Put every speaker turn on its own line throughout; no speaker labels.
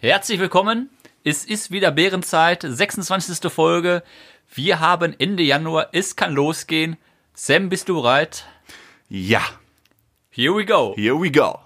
Herzlich willkommen. Es ist wieder Bärenzeit, 26. Folge. Wir haben Ende Januar, es kann losgehen. Sam, bist du bereit?
Ja,
Here we go.
here we go.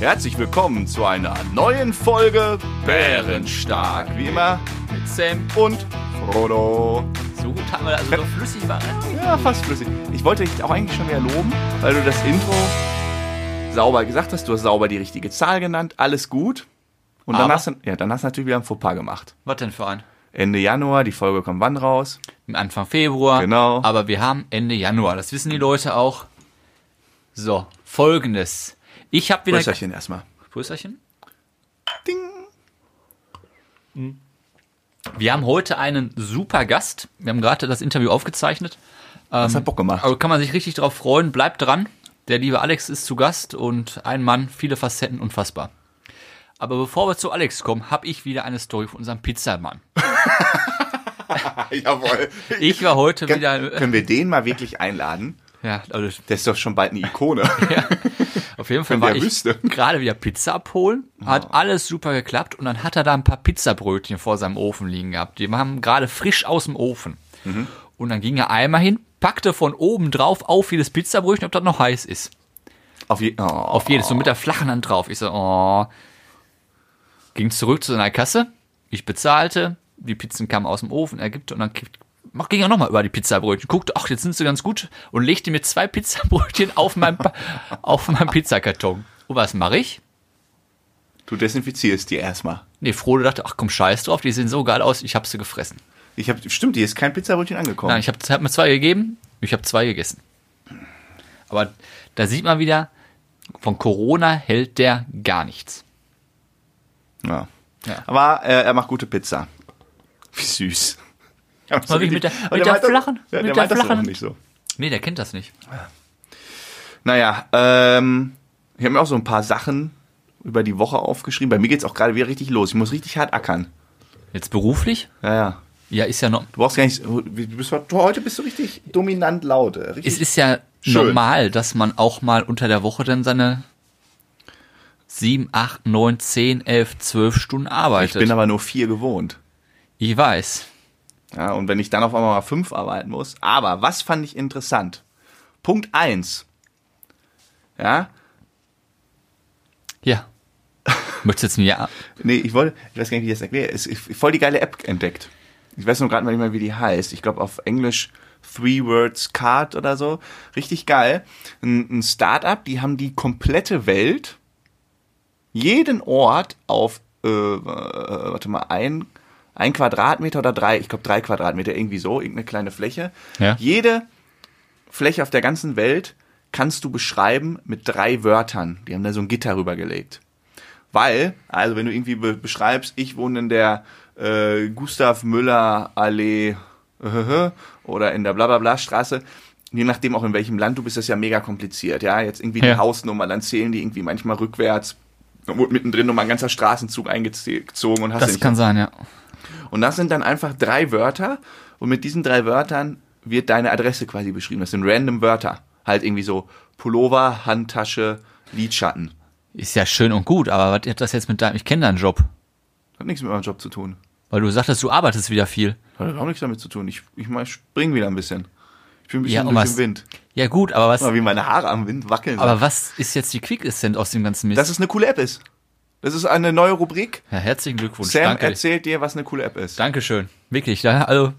Herzlich willkommen zu einer neuen Folge Bärenstark. Wie immer
Mit Sam.
und Frodo.
So gut haben wir das, also so flüssig war.
Ja, fast flüssig. Ich wollte dich auch eigentlich schon wieder loben, weil du das Intro sauber gesagt hast. Du hast sauber die richtige Zahl genannt. Alles gut. Und dann
Aber-
hast, du, ja, dann hast du natürlich wieder ein Fauxpas gemacht.
Was denn für ein?
Ende Januar, die Folge kommt wann raus?
Anfang Februar.
Genau.
Aber wir haben Ende Januar. Das wissen die Leute auch. So, folgendes. Ich habe wieder.
Prösterchen erstmal.
Prösterchen.
Ding.
Wir haben heute einen super Gast. Wir haben gerade das Interview aufgezeichnet.
Das hat Bock gemacht.
Also kann man sich richtig drauf freuen. Bleibt dran. Der liebe Alex ist zu Gast und ein Mann, viele Facetten, unfassbar. Aber bevor wir zu Alex kommen, habe ich wieder eine Story von unserem Pizzamann.
Jawohl.
Ich war heute wieder.
Können wir den mal wirklich einladen?
Ja, also
Der ist doch schon bald eine Ikone.
auf jeden Fall
Wenn
war
der
ich
wüsste. Oh.
gerade wieder Pizza abholen. Hat alles super geklappt und dann hat er da ein paar Pizzabrötchen vor seinem Ofen liegen gehabt. Die waren gerade frisch aus dem Ofen.
Mhm.
Und dann ging er einmal hin, packte von oben drauf auf jedes Pizzabrötchen, ob das noch heiß ist.
Auf je oh.
Auf jedes, so mit der flachen Hand drauf. Ich so, oh. Ging zurück zu seiner Kasse. Ich bezahlte. Die Pizzen kamen aus dem Ofen. Er gibt und dann kipp- mach- ging er nochmal über die Pizzabrötchen. Guckte, ach, jetzt sind sie ganz gut. Und legte mir zwei Pizzabrötchen auf meinem, Pa- auf meinem Pizzakarton. Und was mache ich?
Du desinfizierst die erstmal.
Nee, Frodo dachte, ach komm, scheiß drauf. Die sehen so geil aus. Ich habe sie gefressen.
Ich hab, stimmt, hier ist kein Pizzabrötchen angekommen.
Nein, ich habe hab mir zwei gegeben. Ich habe zwei gegessen. Aber da sieht man wieder, von Corona hält der gar nichts.
Ja.
Ja.
Aber äh, er macht gute Pizza. Wie süß.
Aber wie mit der-
Aber
mit der
meint das-
flachen-
Ja,
mit
der
der
meint das doch
flachen-
nicht so.
Nee, der kennt das nicht.
Naja, ähm, ich habe mir auch so ein paar Sachen über die Woche aufgeschrieben. Bei mir geht's auch gerade wieder richtig los. Ich muss richtig hart ackern.
Jetzt beruflich?
Ja, ja.
Ja, ist ja noch.
Du brauchst gar nicht. Du bist, heute bist du richtig dominant laut. äh, Richtig.
Es ist ja
Schön.
normal, dass man auch mal unter der Woche dann seine 7, 8, 9, 10, 11, 12 Stunden
ich
arbeitet.
bin aber nur vier gewohnt.
ich weiß.
Ja, und wenn ich dann auf einmal mal fünf arbeiten muss. Aber was fand ich interessant? Punkt eins. Ja,
Ja. Möchtest du jetzt mir ab?
Nee, ich wollte, ich weiß gar nicht, wie ich das erkläre. Es- Ich voll die geile App entdeckt. Ich weiß nur gerade nicht mehr, wie die heißt. Ich glaube auf Englisch Three Words Card oder so. Richtig geil. Ein, ein Startup, die haben die komplette Welt, jeden Ort auf, äh, äh, warte mal, ein, ein Quadratmeter oder drei, ich glaube drei Quadratmeter, irgendwie so, irgendeine kleine Fläche.
Ja.
Jede Fläche auf der ganzen Welt kannst du beschreiben mit drei Wörtern. Die haben da so ein Gitter rübergelegt. Weil, also wenn du irgendwie be beschreibst, ich wohne in der äh, Gustav Müller Allee äh, oder in der blablabla Straße, je nachdem auch in welchem Land du bist, das ist ja mega kompliziert. Ja, jetzt irgendwie die
Ja.
Hausnummer, dann zählen die irgendwie manchmal rückwärts. Dann wurde mittendrin nochmal ein ganzer Straßenzug eingezogen und hast du
Das
nicht
kann sein, ja.
und das sind dann einfach drei Wörter. Und mit diesen drei Wörtern wird deine Adresse quasi beschrieben. Das sind random Wörter. Halt irgendwie so Pullover, Handtasche, Lidschatten.
Ist ja schön und gut, aber was hat das jetzt mit deinem. Ich kenne deinen Job.
Hat nichts mit meinem Job zu tun.
Weil du sagtest, du arbeitest wieder viel.
Hat auch nichts damit zu tun. Ich, ich, mal- ich spring wieder ein bisschen. Ich bin ein
Ja,
bisschen
und
durch
was-
den Wind.
Ja, gut, aber was.
Guck mal, wie meine Haare am Wind wackeln.
Aber was ist jetzt die Quickessenz aus dem ganzen Mist?
dass es eine coole App ist. Das ist eine neue Rubrik.
ja, herzlichen Glückwunsch.
Sam
Danke.
erzählt dir, was eine coole App ist.
Dankeschön. Wirklich, ja, also.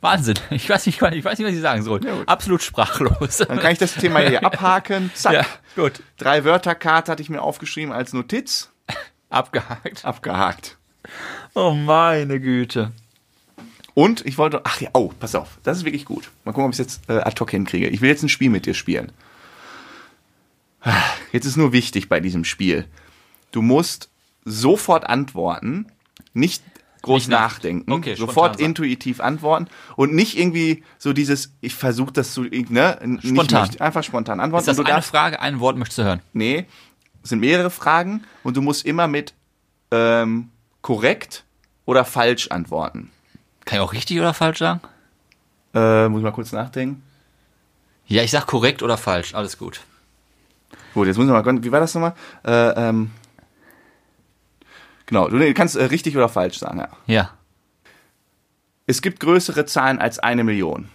Wahnsinn. Ich weiß nicht, ich weiß nicht was ich sagen soll.
Ja, gut.
Absolut sprachlos.
Dann kann ich das Thema hier abhaken. Zack.
ja, gut.
Drei Wörterkarte hatte ich mir aufgeschrieben als Notiz.
Abgehakt.
Abgehakt.
Oh meine Güte.
Und ich wollte, ach ja, oh, pass auf, das ist wirklich gut. Mal gucken, ob ich es jetzt äh, ad hoc hinkriege. Ich will jetzt ein Spiel mit dir spielen. Jetzt ist nur wichtig bei diesem Spiel. Du musst sofort antworten, nicht groß
Nicht nach-
nachdenken,
Okay, spontan
sofort
sein.
intuitiv antworten und nicht irgendwie so dieses, ich versuche das zu, ne, nicht
Spontan.
möchte, einfach spontan antworten.
Ist das
und du
eine
darfst,
Frage, ein Wort möchtest du hören?
nee, es sind mehrere Fragen und du musst immer mit ähm, korrekt oder falsch antworten.
Kann ich auch richtig oder falsch sagen?
Äh, muss ich mal kurz nachdenken.
Ja, ich sag korrekt oder falsch, alles gut.
Gut, jetzt muss ich mal, gucken, wie war das nochmal? Äh, ähm, genau, du nee, kannst äh, richtig oder falsch sagen, ja.
Ja,
Es gibt größere Zahlen als eine Million.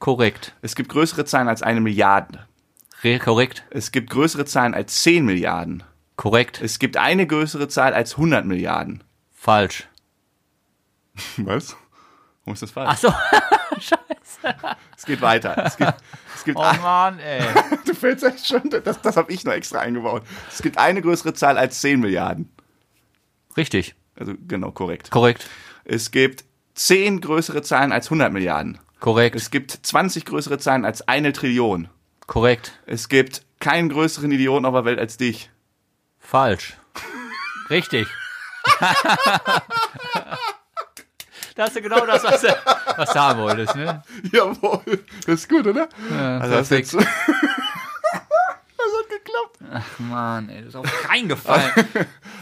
korrekt.
Es gibt größere Zahlen als eine Milliarde.
Re korrekt,
Es gibt größere Zahlen als 10 Milliarden.
korrekt,
Es gibt eine größere Zahl als 100 Milliarden.
falsch.
Was? Warum ist das falsch?
Achso,
Es geht weiter. Es gibt, es gibt
oh Mann, ey.
Du fällst echt schon, das, das habe ich noch extra eingebaut. Es gibt eine größere Zahl als 10 Milliarden.
Richtig,
Also genau, korrekt.
korrekt,
Es gibt 10 größere Zahlen als 100 Milliarden.
korrekt,
Es gibt 20 größere Zahlen als eine Trillion.
korrekt,
Es gibt keinen größeren Idioten auf der Welt als dich.
falsch. Richtig. da hast du genau das, was du, was du haben wolltest, ne?
Jawohl. Das ist gut, oder? also das
perfekt.
jetzt, das hat geklappt.
Mann, ey, das ist auf reingefallen.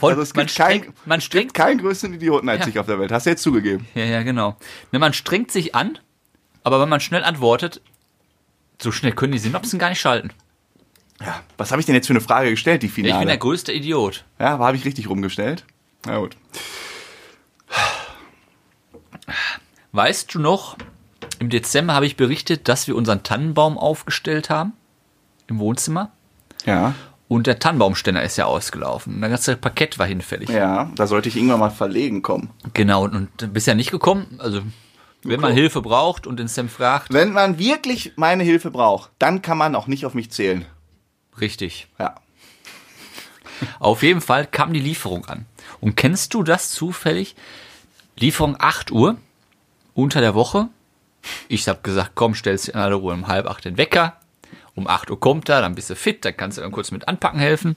Voll,
Also es
man,
gibt kein-
strengt, man strengt
Keinen größeren Idioten als
Ja.
dich auf der Welt. Hast du jetzt zugegeben.
Ja, ja, genau. Ne, man strengt sich an, aber wenn man schnell antwortet, so schnell können die Synapsen gar nicht schalten.
Ja. Was habe ich denn jetzt für eine Frage gestellt, die
Ich
Finale?
bin der größte Idiot.
Ja, aber habe ich richtig rumgestellt? Na gut.
Weißt du noch, im Dezember habe ich berichtet, dass wir unseren Tannenbaum aufgestellt haben im Wohnzimmer
Ja.
und der Tannenbaumständer ist ja ausgelaufen. Und das ganze Parkett war hinfällig.
Ja, da sollte ich irgendwann mal verlegen kommen.
Genau, und, und bist ja nicht gekommen. Also, wenn man Hilfe braucht und den Sam fragt,
Wenn man wirklich meine Hilfe braucht, dann kann man auch nicht auf mich zählen.
richtig.
Ja.
Auf jeden Fall kam die Lieferung an. Und kennst du das zufällig? Lieferung 8 Uhr unter der Woche. Ich habe gesagt, komm, stellst dir in aller Ruhe um halb acht den Wecker. Um 8 Uhr kommt er, dann bist du fit, dann kannst du dann kurz mit anpacken helfen.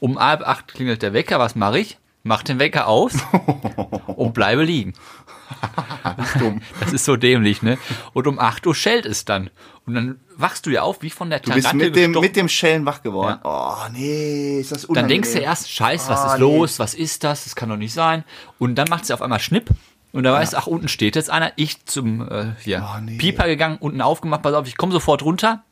Um halb acht klingelt der Wecker, was mache ich? Mach den Wecker aus und bleibe liegen. Das ist so dämlich, ne? Und um 8 Uhr schellt es dann. Und dann wachst du ja auf, wie von der
Du bist
Tarantel
mit dem,
gestochen.
mit dem Schellen wach geworden. Oh, nee, ist das
Dann
unangenehm.
denkst du erst, scheiß, was
Ah,
ist
nee.
los, was ist das, das kann doch nicht sein. Und dann macht sie auf einmal Schnipp und da weißt du, ach, unten steht jetzt einer. Ich zum äh, hier,
Ah, nee.
Pieper gegangen, unten aufgemacht, pass auf, ich komme sofort runter.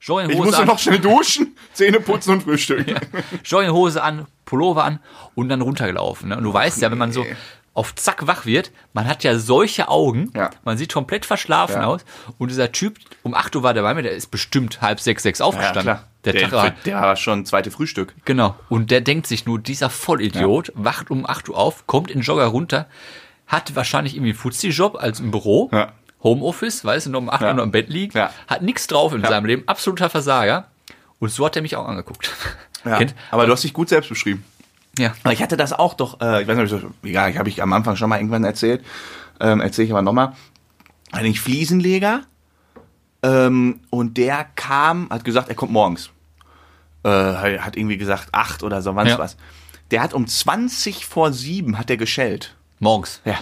Join
Ich muss
Hose,
doch
an,
noch schnell duschen, Zähne putzen und frühstücken.
Join Hose an, Pullover an und dann runtergelaufen. Ne? Und du weißt ja, wenn man so
nee.
auf Zack wach wird, man hat ja solche Augen,
Ja.
man sieht komplett verschlafen
Ja.
aus. Und dieser Typ, um 8 Uhr war der bei mir, der ist bestimmt halb sechs, sechs aufgestanden. Der, Tag war,
der war schon zweite Frühstück.
Genau. Und der denkt sich nur, dieser Vollidiot wacht um 8 Uhr auf, kommt in Jogger runter, hat wahrscheinlich irgendwie einen Fuzzi-Job als im Büro,
Ja.
Homeoffice, weißt du, nur um 8 Uhr noch im Bett liegt,
Ja.
hat nichts drauf in seinem Leben, absoluter Versager. Und so hat er mich auch angeguckt.
Ja.
Kennt?
Aber du hast dich gut selbst beschrieben.
ja.
Aber ich hatte das auch doch, äh, ich weiß nicht, ob ich das- egal, ich habe ich am Anfang schon mal irgendwann erzählt, ähm, erzähle ich aber nochmal, hatte ich Fliesenleger ähm, und der kam, hat gesagt, er kommt morgens. Äh, hat irgendwie gesagt, acht oder so, wann
Ja.
was. Der hat um 20 vor sieben hat der geschellt.
Morgens.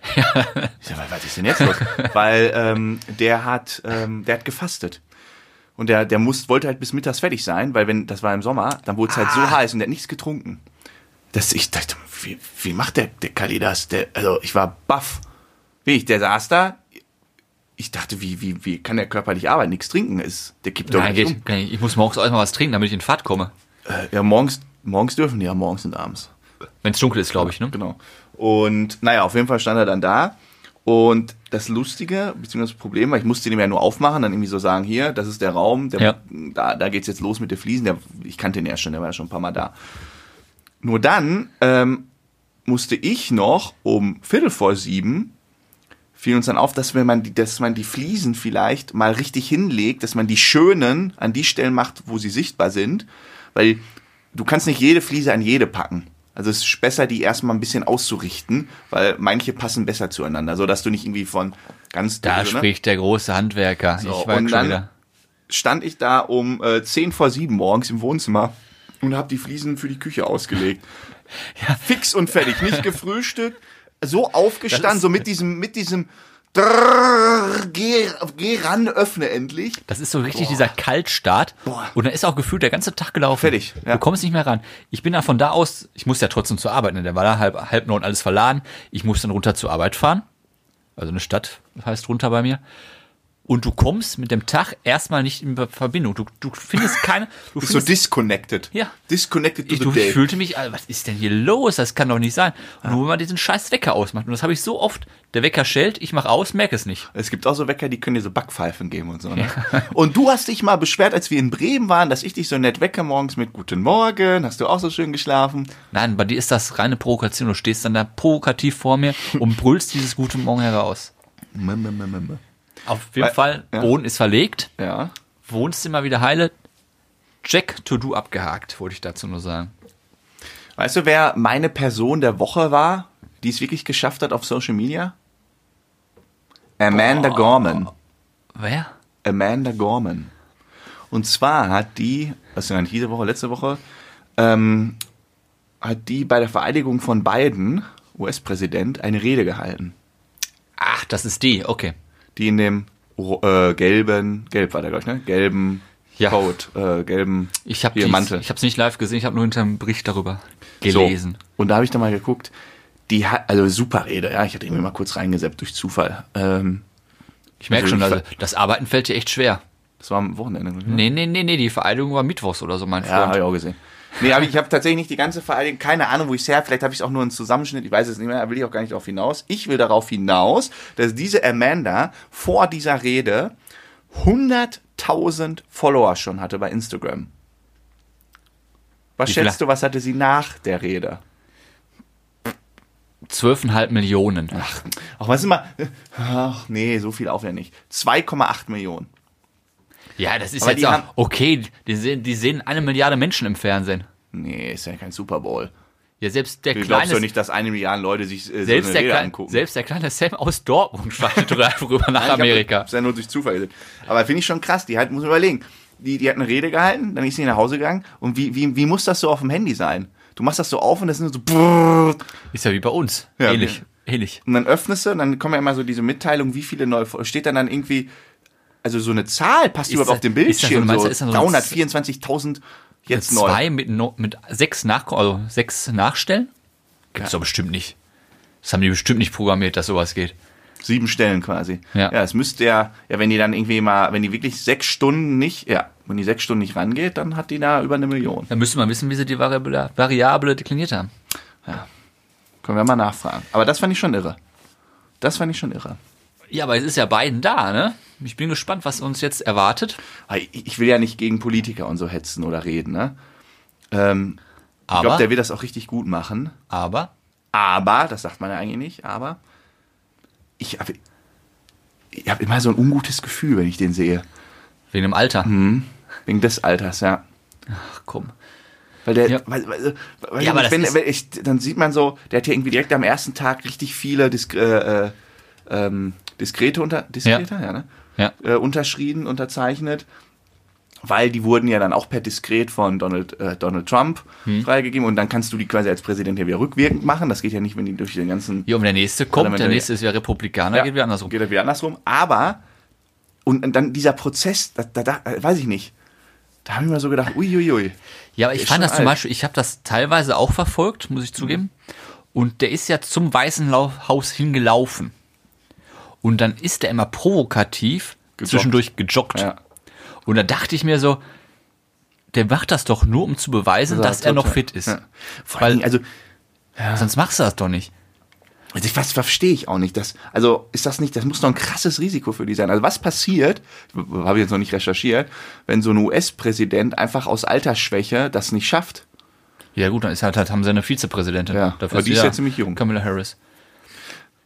Ja. ich sag, was ist denn jetzt los? Weil ähm, der hat, ähm, der hat gefastet. Und der, der muss, wollte halt bis mittags fertig sein, weil wenn, das war im Sommer, dann wurde es halt
Ah.
so heiß und der hat nichts getrunken. Das, ich dachte, wie, wie macht der, der Kali das? Der, also ich war baff. Wie ich, der saß da. Ich dachte, wie, wie, wie kann der körperlich arbeiten? Nichts trinken ist. Der kippt doch
Nein,
nicht
geht. Kann Ich ich muss morgens auch erstmal was trinken, damit ich in Fahrt komme.
um. Äh, Ja, morgens, morgens dürfen die ja morgens und abends.
Wenn es dunkel ist, glaube ich. Ne?
Genau. Und naja, auf jeden Fall stand er dann da. Und das Lustige, beziehungsweise das Problem war, ich musste dem ja nur aufmachen, dann irgendwie so sagen, hier, das ist der Raum, der,
Ja.
da, da geht's jetzt los mit den Fliesen. Der, ich kannte den ja schon, der war ja schon ein paar Mal da. Nur dann ähm, musste ich noch um Viertel vor sieben fiel uns dann auf, dass wenn man die, dass man die Fliesen vielleicht mal richtig hinlegt, dass man die schönen an die Stellen macht, wo sie sichtbar sind, weil du kannst nicht jede Fliese an jede packen. Also es ist besser, die erstmal ein bisschen auszurichten, weil manche passen besser zueinander, so dass du nicht irgendwie von ganz
Da
ne?
spricht der große Handwerker.
So,
ich war
und
schon
dann-
wieder.
stand ich da um äh, 10 vor 7 morgens im Wohnzimmer und habe die Fliesen für die Küche ausgelegt. Fix und fertig, nicht gefrühstückt, so
Das
aufgestanden,
ist-
so mit diesem, mit diesem, Drrrr, geh, geh ran, öffne endlich.
Das ist so richtig dieser Kaltstart.
Boah.
Und dann ist auch gefühlt der ganze Tag gelaufen.
Fertig, ja.
Du kommst nicht mehr ran. Ich bin dann von da aus, ich muss ja trotzdem zur Arbeit, ne? Der war da halb, halb neun alles verladen. Ich muss dann runter zur Arbeit fahren. Also eine Stadt heißt runter bei mir. Und du kommst mit dem Tag erstmal nicht in Verbindung. Du, du findest keine. Du
Bist so
findest,
disconnected.
Ja.
Disconnected to
ich,
the
du,
day.
ich fühlte mich, also, was ist denn hier los? Das kann doch nicht sein.
Ah.
Und nur wenn man diesen scheiß Wecker ausmacht. Und das habe ich so oft. Der Wecker schellt, ich mache aus, merke es nicht.
Es gibt auch so Wecker, die können dir so Backpfeifen geben und so. Ne? Und du hast dich mal beschwert, als wir in Bremen waren, dass ich dich so nett wecke morgens mit Guten Morgen, hast du auch so schön geschlafen.
Nein, bei dir ist das reine Provokation. Du stehst dann da provokativ vor mir und brüllst dieses gute Morgen heraus.
M -m -m -m -m.
Auf jeden
Weil-
Fall,
ja.
Boden ist verlegt,
Ja.
Wohnzimmer wieder heile, Check to do abgehakt, wollte ich dazu nur sagen.
Weißt du, wer meine Person der Woche war, die es wirklich geschafft hat auf Social Media?
Oh.
Amanda Gorman.
Wer?
Amanda Gorman. Und zwar hat die, also nicht diese Woche, letzte Woche, ähm, hat die bei der Vereidigung von Biden, US-Präsident, eine Rede gehalten.
Ach, das ist die, okay.
die in dem ro- äh, gelben, gelb war der, glaube ich, ne? Gelben
Ja.
Coat, äh, gelben
Ich habe
hier, Mantel.
es nicht live gesehen, ich habe nur hinter einem Bericht darüber gelesen.
So. Und da habe ich dann mal geguckt, die hat, also super Rede, ja, ich hatte irgendwie mal kurz reingeseppt durch Zufall. Ähm,
Ich merke
Also
schon,
ich
also, das Arbeiten fällt dir echt schwer.
das war am Wochenende. glaub ich, Ne?
Nee, nee, nee, nee, die Vereidigung war mittwochs oder so, mein
Ja, halt.
Freund.
habe ich auch gesehen. Nee, aber ich habe tatsächlich nicht die ganze Vereidigung, keine Ahnung, wo ich es her, vielleicht habe ich auch nur einen Zusammenschnitt, ich weiß es nicht mehr, da will ich auch gar nicht darauf hinaus. Ich will darauf hinaus, dass diese Amanda vor dieser Rede 100.000 Follower schon hatte bei Instagram. Was
Wie viel
schätzt
hat-
du, was hatte sie nach der Rede?
Zwölfeinhalb Millionen.
Ach, was immer, ach nee, so viel auch ja nicht. 2,8 Millionen.
Ja, das ist
Aber
jetzt
die
auch,
haben-
okay, die sehen, die sehen eine Milliarde Menschen im Fernsehen.
Nee, ist ja kein Super Bowl.
Ja, selbst der
Du glaubst doch
kleine
nicht, dass eine Milliarde Leute sich äh,
selbst,
so eine
der
Rede
Klein-
angucken.
selbst der kleine Sam aus Dortmund schaltet rüber nach
Ich
Amerika.
hab's ja nur durch Zufall gesehen. Aber finde ich schon krass. Die hat, muss man überlegen. Die, die hat eine Rede gehalten, dann ist sie nach Hause gegangen. Und wie, wie, wie muss das so auf dem Handy sein? Du machst das so auf und das sind so brrrr.
Ist ja wie bei uns.
Ja,
ähnlich, ähnlich.
Und dann öffnest du und dann kommen ja immer so diese Mitteilungen, wie viele neue, steht dann dann irgendwie, also so eine Zahl passt überhaupt
da-
auf dem
ist da so-
Bildschirm.
meinst
so,
du, ist da so ein-
324.000 jetzt neu.
Zwei mit, no, mit sechs nach, also sechs Nachstellen? Gibt's doch bestimmt nicht. Das haben die bestimmt nicht programmiert, dass sowas geht.
Sieben Stellen quasi.
Ja.
ja, es müsste ja, ja, wenn die dann irgendwie mal, wenn die wirklich sechs Stunden nicht, ja, wenn die sechs Stunden nicht rangeht, dann hat die da über eine Million.
Da müsste man wissen, wie sie die Variable, Variable dekliniert haben.
Können wir mal nachfragen. Aber das fand ich schon irre. Das fand ich schon irre.
Ja, aber es ist ja beiden da, ne? Ich bin gespannt, was uns jetzt erwartet.
Ah, Ich ich will ja nicht gegen Politiker und so hetzen oder reden, ne? Ähm, ich
Aber,
glaube, der wird das auch richtig gut machen.
aber,
Aber, das sagt man ja eigentlich nicht, aber ich habe ich hab immer so ein ungutes Gefühl, wenn ich den sehe.
wegen dem Alter.
Hm. Wegen des Alters, ja.
Ach komm.
Weil der,
Ja.
weil, weil, weil
Ja, aber das
wenn,
ist-
wenn ich, dann sieht man so, der hat ja irgendwie direkt am ersten Tag richtig viele Disk, äh, äh, ähm, diskrete unter, diskrete, ja, ne?
Ja.
äh, unterschrieben, unterzeichnet, weil die wurden ja dann auch per diskret von Donald, äh, Donald Trump
Hm.
freigegeben und dann kannst du die quasi als Präsident ja wieder rückwirkend machen. Das geht ja nicht, wenn die durch den ganzen
Ja, und der nächste kommt,
Parlament-
der nächste ist ja Republikaner,
ja,
geht wieder um. andersrum.
Geht er wieder andersrum. Aber, und, und dann dieser Prozess, da, da, da äh, weiß ich nicht. Da habe ich mir so gedacht, uiuiui.
Ja, aber ich
Ist
fand
schon
das zum
alt. Mhm.
Beispiel, ich habe das teilweise auch verfolgt, muss ich zugeben. Und der ist ja zum Weißen Lau- Haus hingelaufen. Und dann ist der immer provokativ
Gejoggt.
zwischendurch gejoggt.
Ja.
Und da dachte ich mir so, der macht das doch nur, um zu beweisen, dass er noch
total.
fit ist.
Ja. Vor
Weil-
allem, also,
Sonst machst du das doch nicht.
also ich, was verstehe ich auch nicht. Das, also ist das nicht, das muss doch ein krasses Risiko für die sein. Also was passiert, habe ich jetzt noch nicht recherchiert, wenn so ein US-Präsident einfach aus Altersschwäche das nicht schafft?
Ja gut, dann ist halt, halt haben sie eine Vizepräsidentin.
Ja, aber die
sie
ist ja ziemlich jung.
Kamala Harris.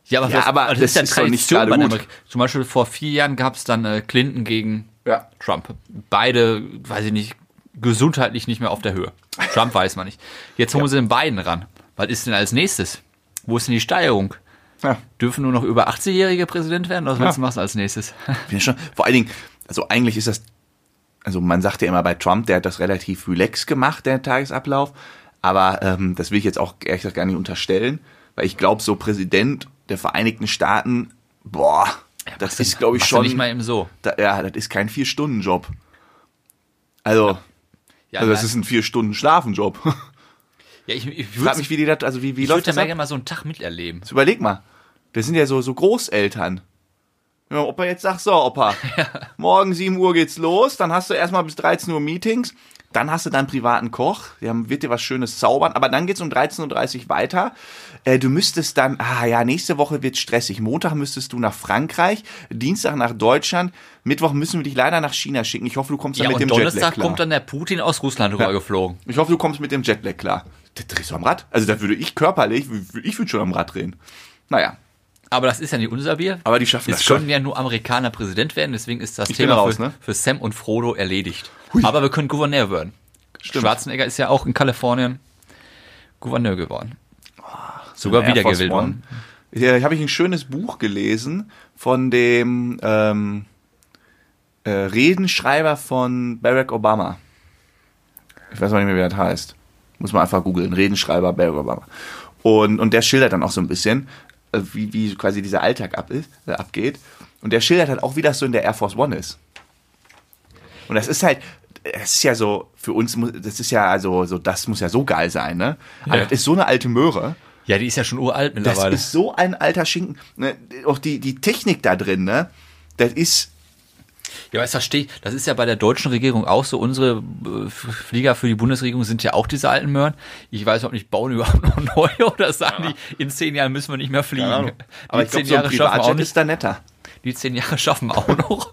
Ja, aber,
Ja,
was-
aber das ist doch nicht gerade
bei den
gut.
Amerik- Zum Beispiel vor vier Jahren gab es dann äh, Clinton gegen
Ja.
Trump. Beide, weiß ich nicht, gesundheitlich nicht mehr auf der Höhe. Trump weiß man nicht. Jetzt holen sie den beiden ran. Was ist denn als nächstes? Wo ist denn die Steigerung?
Ja.
Dürfen nur noch über 80-Jährige Präsident werden? Oder was willst du machen als nächstes?
Bin ich schon, vor allen Dingen, also eigentlich ist das, also man sagt ja immer bei Trump, der hat das relativ relax gemacht, der Tagesablauf. Aber ähm, das will ich jetzt auch ehrlich gesagt gar nicht unterstellen, weil ich glaube, so Präsident der Vereinigten Staaten boah, das ist, glaube ich,
Machst du
schon.
nicht mal eben so.
da, ja, das ist kein Vier-Stunden-Job. Also,
Ja,
also das
nein.
ist ein Vier-Stunden-Schlafen-Job.
ja ich, ich
Frag
würde
mich, wie die das, also wie, wie
ich würd
läuft
da
das?
mal
ab?
gerne mal so einen Tag miterleben.
Jetzt überleg mal. Das sind ja so, so Großeltern. Wenn man Opa jetzt sagt, so, Opa, morgen 7 Uhr geht's los, dann hast du erstmal bis 13 Uhr Meetings, dann hast du deinen privaten Koch, der wird dir was Schönes zaubern, aber dann geht's um 13.30 Uhr weiter. Äh, du müsstest dann, ah ja, nächste Woche wird stressig. Montag müsstest du nach Frankreich, Dienstag nach Deutschland, Mittwoch müssen wir dich leider nach China schicken. Ich hoffe, du kommst
Ja,
dann mit
und
dem Jetlag
Donnerstag
klar.
kommt dann der Putin aus Russland rübergeflogen.
ich hoffe, du kommst mit dem Jetlag klar. Der drehst du am Rad? Also da würde ich körperlich, ich würde schon am Rad drehen. Naja,
Aber das ist ja nicht unser Bier.
aber die schaffen das
Jetzt
schon.
können ja nur Amerikaner Präsident werden, deswegen ist das
Ich bin
Thema
raus,
für,
ne?
für Sam und Frodo erledigt. Aber wir können Gouverneur werden. Schwarzenegger ist ja auch in Kalifornien Gouverneur geworden. Sogar
Oh, Air Force
wiedergewählt
One.
worden.
Hier habe ich ein schönes Buch gelesen von dem ähm, äh, Redenschreiber von Barack Obama. Ich weiß auch nicht mehr, wie das heißt. Muss man einfach googeln. Redenschreiber Barack Obama. Und, und der schildert dann auch so ein bisschen, äh, wie, wie quasi dieser Alltag ab ist, äh, abgeht. Und der schildert halt auch, wie das so in der Air Force One ist. Und das ist halt, das ist ja so, für uns, mu- das ist ja, also, so, das muss ja so geil sein, ne? Aber
Ja.
das ist so eine alte Möhre.
Ja, die ist ja schon uralt
Das
mittlerweile.
ist so ein alter Schinken. Ne, auch die, die Technik da drin, ne? Das ist.
Ja, aber das verstehe ich. Das ist ja bei der deutschen Regierung auch so. Unsere äh, F- Flieger für die Bundesregierung sind ja auch diese alten Möhren. Ich weiß überhaupt nicht, bauen die überhaupt noch neue oder sagen die, in zehn Jahren müssen wir nicht mehr fliegen.
Aber
die
ich glaube,
zehn
so ein
Jahre schaffen wir auch
Privatjet
nicht.
ist da netter.
Die zehn Jahre schaffen wir auch noch.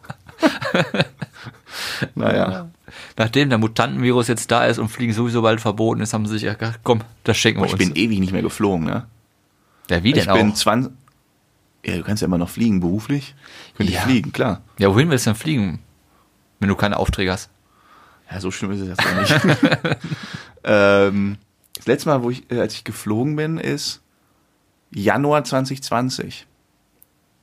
Naja.
Nachdem der Mutantenvirus jetzt da ist und Fliegen sowieso bald verboten ist, haben sie sich ja gedacht, komm, das schenken wir
Ich
uns.
bin ewig nicht mehr geflogen, ne?
ja, wie
Ich
denn
bin
auch?
20. Ja, du kannst ja immer noch fliegen, beruflich. Könnte
Ja.
ich fliegen, klar.
Ja, wohin willst du denn fliegen, wenn du keine Aufträge hast?
Ja, so schlimm ist es jetzt gar nicht. ähm, das letzte Mal, wo ich, äh, als ich geflogen bin, ist Januar 2020.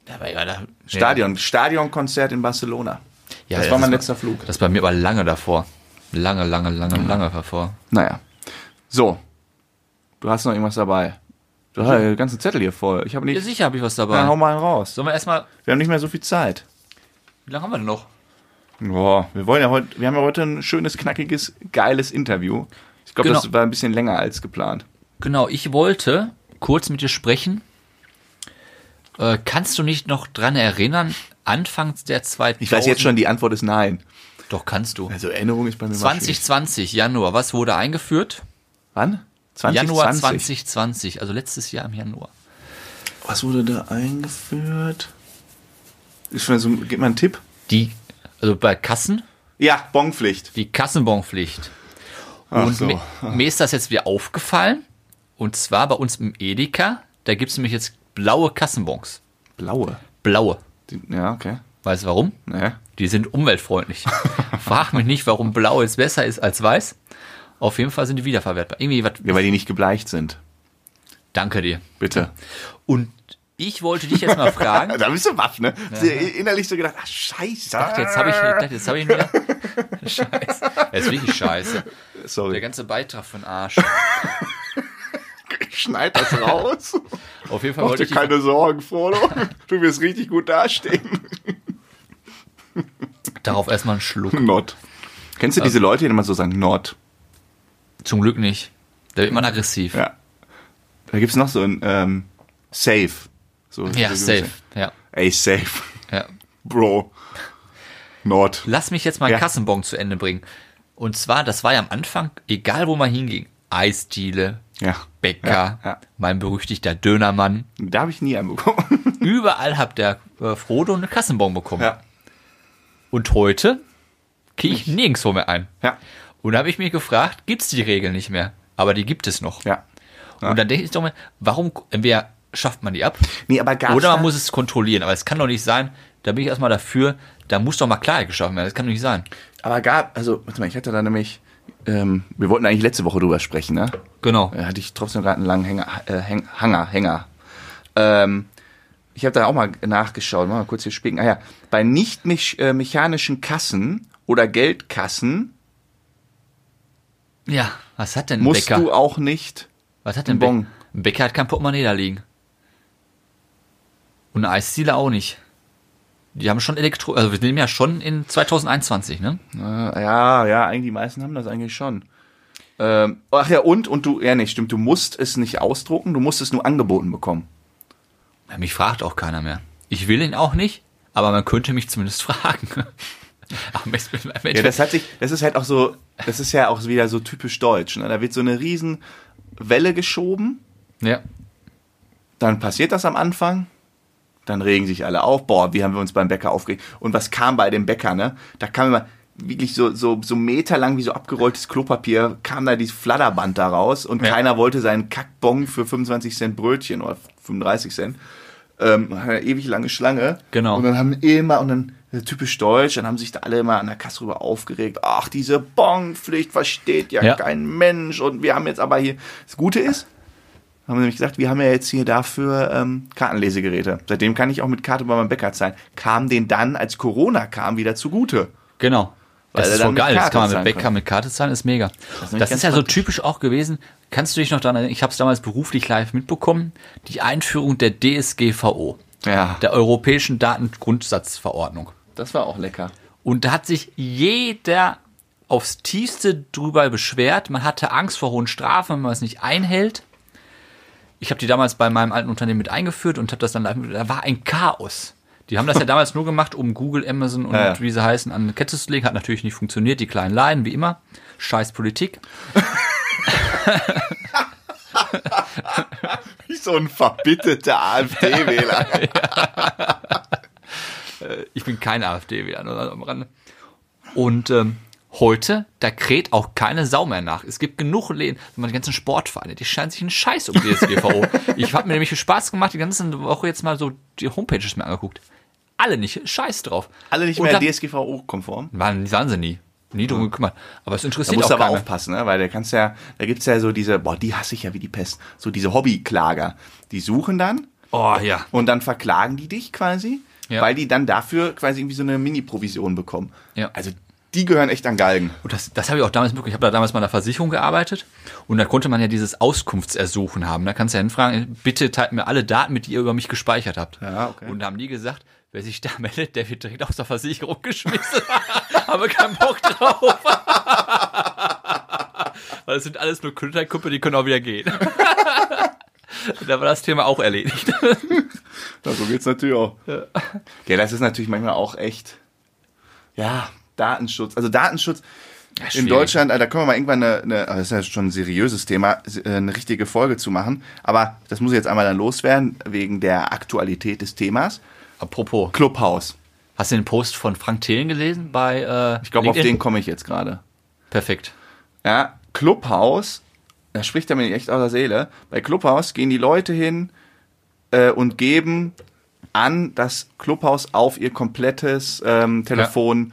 Ja, aber ja, da,
Stadion, Stadionkonzert in Barcelona.
Ja,
das war mein
ist-
letzter Flug.
Das ist bei mir aber lange davor. Lange, lange, lange, lange davor.
Naja. So. Du hast noch irgendwas dabei. Du hast den ganzen Zettel hier voll. Ich habe
Ja,
nicht.
sicher habe ich was dabei.
Na, hau mal einen raus.
Sollen wir erstmal.
Wir haben nicht mehr so viel Zeit.
Wie lange haben wir denn noch?
Boah, wir wollen ja heute, wir haben ja heute ein schönes, knackiges, geiles Interview. Ich glaube,
Genau.
das war ein bisschen länger als geplant.
Genau, ich wollte kurz mit dir sprechen. Äh, kannst du nicht noch dran erinnern, anfangs der zweiten.
Ich weiß jetzt schon, die Antwort ist nein.
Doch, kannst du.
Also Erinnerung ist bei mir mal schwierig.
2020, Januar. Was wurde eingeführt?
Wann? 20,
Januar 2020, also letztes Jahr im Januar.
Was wurde da eingeführt? Ist schon so, gib mal einen Tipp.
Die, also bei Kassen,
Ja, Bonpflicht.
die Kassenbonpflicht.
Ach
Und
so.
mir, mir ist das jetzt wieder aufgefallen. Und zwar bei uns im Edeka. Da gibt es nämlich jetzt blaue Kassenbons.
Blaue.
Blaue.
Die- Ja, okay.
Weißt du warum?
Naja.
Die sind umweltfreundlich. Frag mich nicht, warum blau jetzt besser ist als weiß. Auf jeden Fall sind die wiederverwertbar. Irgendwie was.
Ja, weil die nicht gebleicht sind.
Danke dir.
Bitte.
Und ich wollte dich jetzt mal fragen.
Da bist du waff, ne? Innerlich so gedacht, ach, scheiße.
Dachte, jetzt habe ich, dachte, jetzt habe ich mir. Scheiße. Das ist wirklich scheiße. Der
Sorry,
ganze Beitrag von Arsch.
ich schneide das raus.
Auf jeden Fall
Mach
wollte
dir
ich. dich-
keine Sorgen, Frodo. Du wirst richtig gut dastehen.
Darauf erstmal einen Schluck.
Not. Kennst du diese Leute, die immer so sagen, Not?
Zum Glück nicht. Da wird man aggressiv. Ja,
Ja. Da gibt's noch so ein ähm, Safe. So, so-
safe. Ja,
Ey, safe.
ja.
Bro. Not.
Lass mich jetzt mal
Ja.
Kassenbon zu Ende bringen. Und zwar, das war ja am Anfang, egal wo man hinging, Eisdiele,
Ja.
Bäcker,
Ja, ja. Mhm.
mein berüchtigter Dönermann.
Da habe ich nie einen bekommen.
Überall habt der äh, Frodo eine Kassenbon bekommen.
Ja.
Und heute kriege ich nirgendwo mehr ein.
Ja.
Und da habe ich mich gefragt, gibt es die Regel nicht mehr? Aber die gibt es noch.
Ja.
Und dann denke ich doch mal, warum, entweder schafft man die ab
Nee, aber gab's
oder man
da-
muss es kontrollieren. Aber es kann doch nicht sein, da bin ich erstmal dafür, da muss doch mal Klarheit geschaffen werden. Das kann doch nicht sein.
Aber gab, also, warte mal, ich hatte da nämlich, ähm, wir wollten eigentlich letzte Woche drüber sprechen, ne?
Genau.
Da hatte ich trotzdem gerade einen langen Hänger, äh, Häng, Hanger, Hänger. Ähm, ich habe da auch mal nachgeschaut, mal kurz hier spicken. Ah ja, bei nicht mech äh, mechanischen Kassen oder Geldkassen
Ja, was hat denn ein
musst
Bäcker?
du auch nicht.
was hat denn ein
einen Bon.
Bäcker? Ein Bäcker hat kein Portemonnaie da liegen. Und eine Eisdiele auch nicht. Die haben schon Elektro, also wir nehmen ja schon in 2021, ne?
Äh, ja, ja, eigentlich die meisten haben das eigentlich schon. Ähm, ach ja, und, und du, ja, nee, stimmt, du musst es nicht ausdrucken, du musst es nur angeboten bekommen.
Ja, mich fragt auch keiner mehr. Ich will ihn auch nicht, aber man könnte mich zumindest fragen. Am besten- am besten-
Ja, das hat sich, das ist halt auch so, das ist ja auch wieder so typisch deutsch. Ne? Da wird so eine riesen Welle geschoben,
ja.
dann passiert das am Anfang, dann regen sich alle auf, boah, wie haben wir uns beim Bäcker aufgeregt. Und was kam bei dem Bäcker, ne? Da kam immer wirklich so, so, so meterlang wie so abgerolltes Klopapier, kam da dieses Fladderband da raus und
Ja.
keiner wollte seinen Kackbon für 25 Cent Brötchen oder 35 Cent. Ähm, eine ewig lange Schlange.
Genau.
Und dann haben immer, und dann äh, typisch deutsch, dann haben sich da alle immer an der Kasse drüber aufgeregt. Ach, diese Bonpflicht versteht ja,
Ja.
kein Mensch. Und wir haben jetzt aber hier, das Gute ist, haben wir nämlich gesagt, wir haben ja jetzt hier dafür ähm, Kartenlesegeräte. Seitdem kann ich auch mit Karte bei meinem Bäcker zahlen. Kam den dann, als Corona kam, wieder zugute.
Genau.
Weil
Das
er
ist
also dann
voll
mit
geil. Das
Karte
kann man
zahlen
mit Bäcker
kann.
mit Karte zahlen, ist mega. Das
ist
ist,
nämlich ganz
ja so
praktisch.
typisch auch gewesen. Kannst du dich noch daran erinnern? Ich habe es damals beruflich live mitbekommen. Die Einführung der DSGVO,
Ja.
der Europäischen Datengrundsatzverordnung.
Das war auch lecker.
Und da hat sich jeder aufs Tiefste drüber beschwert. Man hatte Angst vor hohen Strafen, wenn man es nicht einhält. Ich habe die damals bei meinem alten Unternehmen mit eingeführt und habe das dann, da war ein Chaos. Die haben das ja damals nur gemacht, um Google, Amazon und
Ja, ja.
wie sie heißen, an eine Kette zu legen. Hat natürlich nicht funktioniert, die kleinen Laien, wie immer. Scheiß Politik.
Wie so ein verbitterter AfD-Wähler.
Ich bin kein AfD, wieder nur am Rande. Und ähm, heute, da kräht auch keine Sau mehr nach. Es gibt genug Läden, die ganzen Sportvereine, die scheinen sich einen Scheiß um DSGVO. ich habe mir nämlich viel Spaß gemacht, die ganze Woche jetzt mal so die Homepages mir angeguckt. Alle nicht, scheiß drauf.
Alle nicht
Und
mehr
dann-
oh, DSGVO-konform.
Waren, waren sie nie. Nie drum gekümmert. Aber es
Da
interessiert
musst du
auch
aber
keiner.
aufpassen, ne? weil da kannst ja, da gibt's ja so diese, boah, die hasse ich ja wie die Pest, so diese Hobbyklager. Die suchen dann
Oh ja.
und dann verklagen die dich quasi,
Ja.
weil die dann dafür quasi irgendwie so eine Mini-Provision bekommen.
Ja.
Also die gehören echt an Galgen.
Und das, das habe ich auch damals möglich. Ich habe da damals mal in der Versicherung gearbeitet und da konnte man ja dieses Auskunftsersuchen haben. Da kannst du ja hinfragen, bitte teilt mir alle Daten mit, die ihr über mich gespeichert habt.
Ja, okay.
Und da haben die gesagt, wer sich da meldet, der wird direkt aus der Versicherung geschmissen. habe keinen Bock drauf. Weil es sind alles nur Künstlerkuppe, die können auch wieder gehen. da war das Thema auch erledigt.
Ja, so geht's natürlich auch. Ja. das ist natürlich manchmal auch echt. Ja, Datenschutz. Also Datenschutz in
schwierig.
Deutschland, äh, da können wir mal irgendwann eine, eine ah, das ist ja schon ein seriöses Thema, äh, eine richtige Folge zu machen. Aber das muss ich jetzt einmal dann loswerden, wegen der Aktualität des Themas.
Apropos,
Clubhouse.
hast du den Post von Frank Thelen gelesen bei äh,
Ich glaube, auf
LinkedIn?
den komme ich jetzt gerade.
Perfekt.
Ja, Clubhouse, da spricht er mir echt aus der Seele. Bei Clubhouse gehen die Leute hin äh, und geben an, dass Clubhouse auf ihr komplettes ähm, Telefon. äh,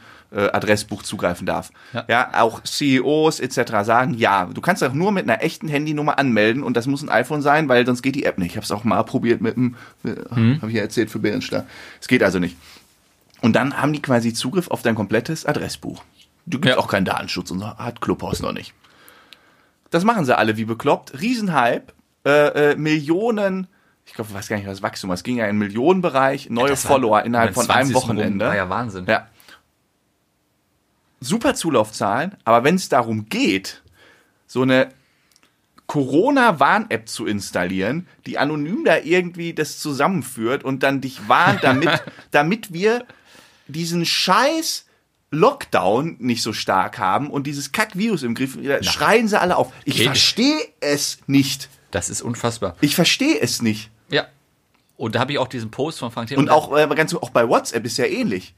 Adressbuch zugreifen darf.
Ja.
Ja. auch E CEOs etc. sagen, ja, du kannst auch nur mit einer echten Handynummer anmelden und das muss ein iPhone sein, weil sonst geht die App nicht. Ich habe es auch mal probiert mit dem, äh, habe ich ja erzählt für Bärenstarr. Es geht also nicht. Und dann haben die quasi Zugriff auf dein komplettes Adressbuch. Du gibst
Ja.
auch keinen Datenschutz und so hat Clubhouse noch nicht. Das machen sie alle wie bekloppt. Riesenhype, äh, äh, Millionen, ich glaube, ich weiß gar nicht, was Wachstum war. Es ging ja in den Millionenbereich, neue
Das war-
Follower innerhalb
beim
von einem
20. rum
Wochenende.
War ja Wahnsinn.
Ja. Super Zulaufzahlen, aber wenn es darum geht, so eine Corona-Warn-App zu installieren, die anonym da irgendwie das zusammenführt und dann dich warnt, damit, damit wir diesen scheiß Lockdown nicht so stark haben und dieses Kack-Virus im Griff, da schreien sie alle auf. Ich
Geht
verstehe es nicht.
Das ist unfassbar.
Ich verstehe es nicht.
Ja. Und da habe ich auch diesen Post von Frank Thelen.
Und auch, äh, ganz, auch bei WhatsApp ist ja ähnlich.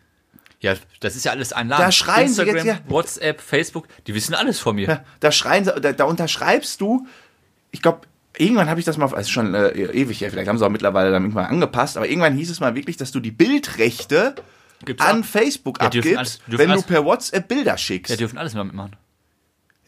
Ja, das ist ja alles ein Laden.
Da schreien sie
Instagram,
jetzt, ja.
WhatsApp, Facebook, die wissen alles von mir.
Ja, da schreien sie, da, da unterschreibst du, ich glaube, irgendwann habe ich das mal, also schon äh, ewig her, vielleicht haben sie auch mittlerweile dann irgendwann angepasst, aber irgendwann hieß es mal wirklich, dass du die Bildrechte
Gibt's
an
auch.
Facebook
Ja, dürfen
abgibst,
alles- dürfen
wenn
alles-
du per WhatsApp Bilder schickst.
Ja, die dürfen alles mitmachen.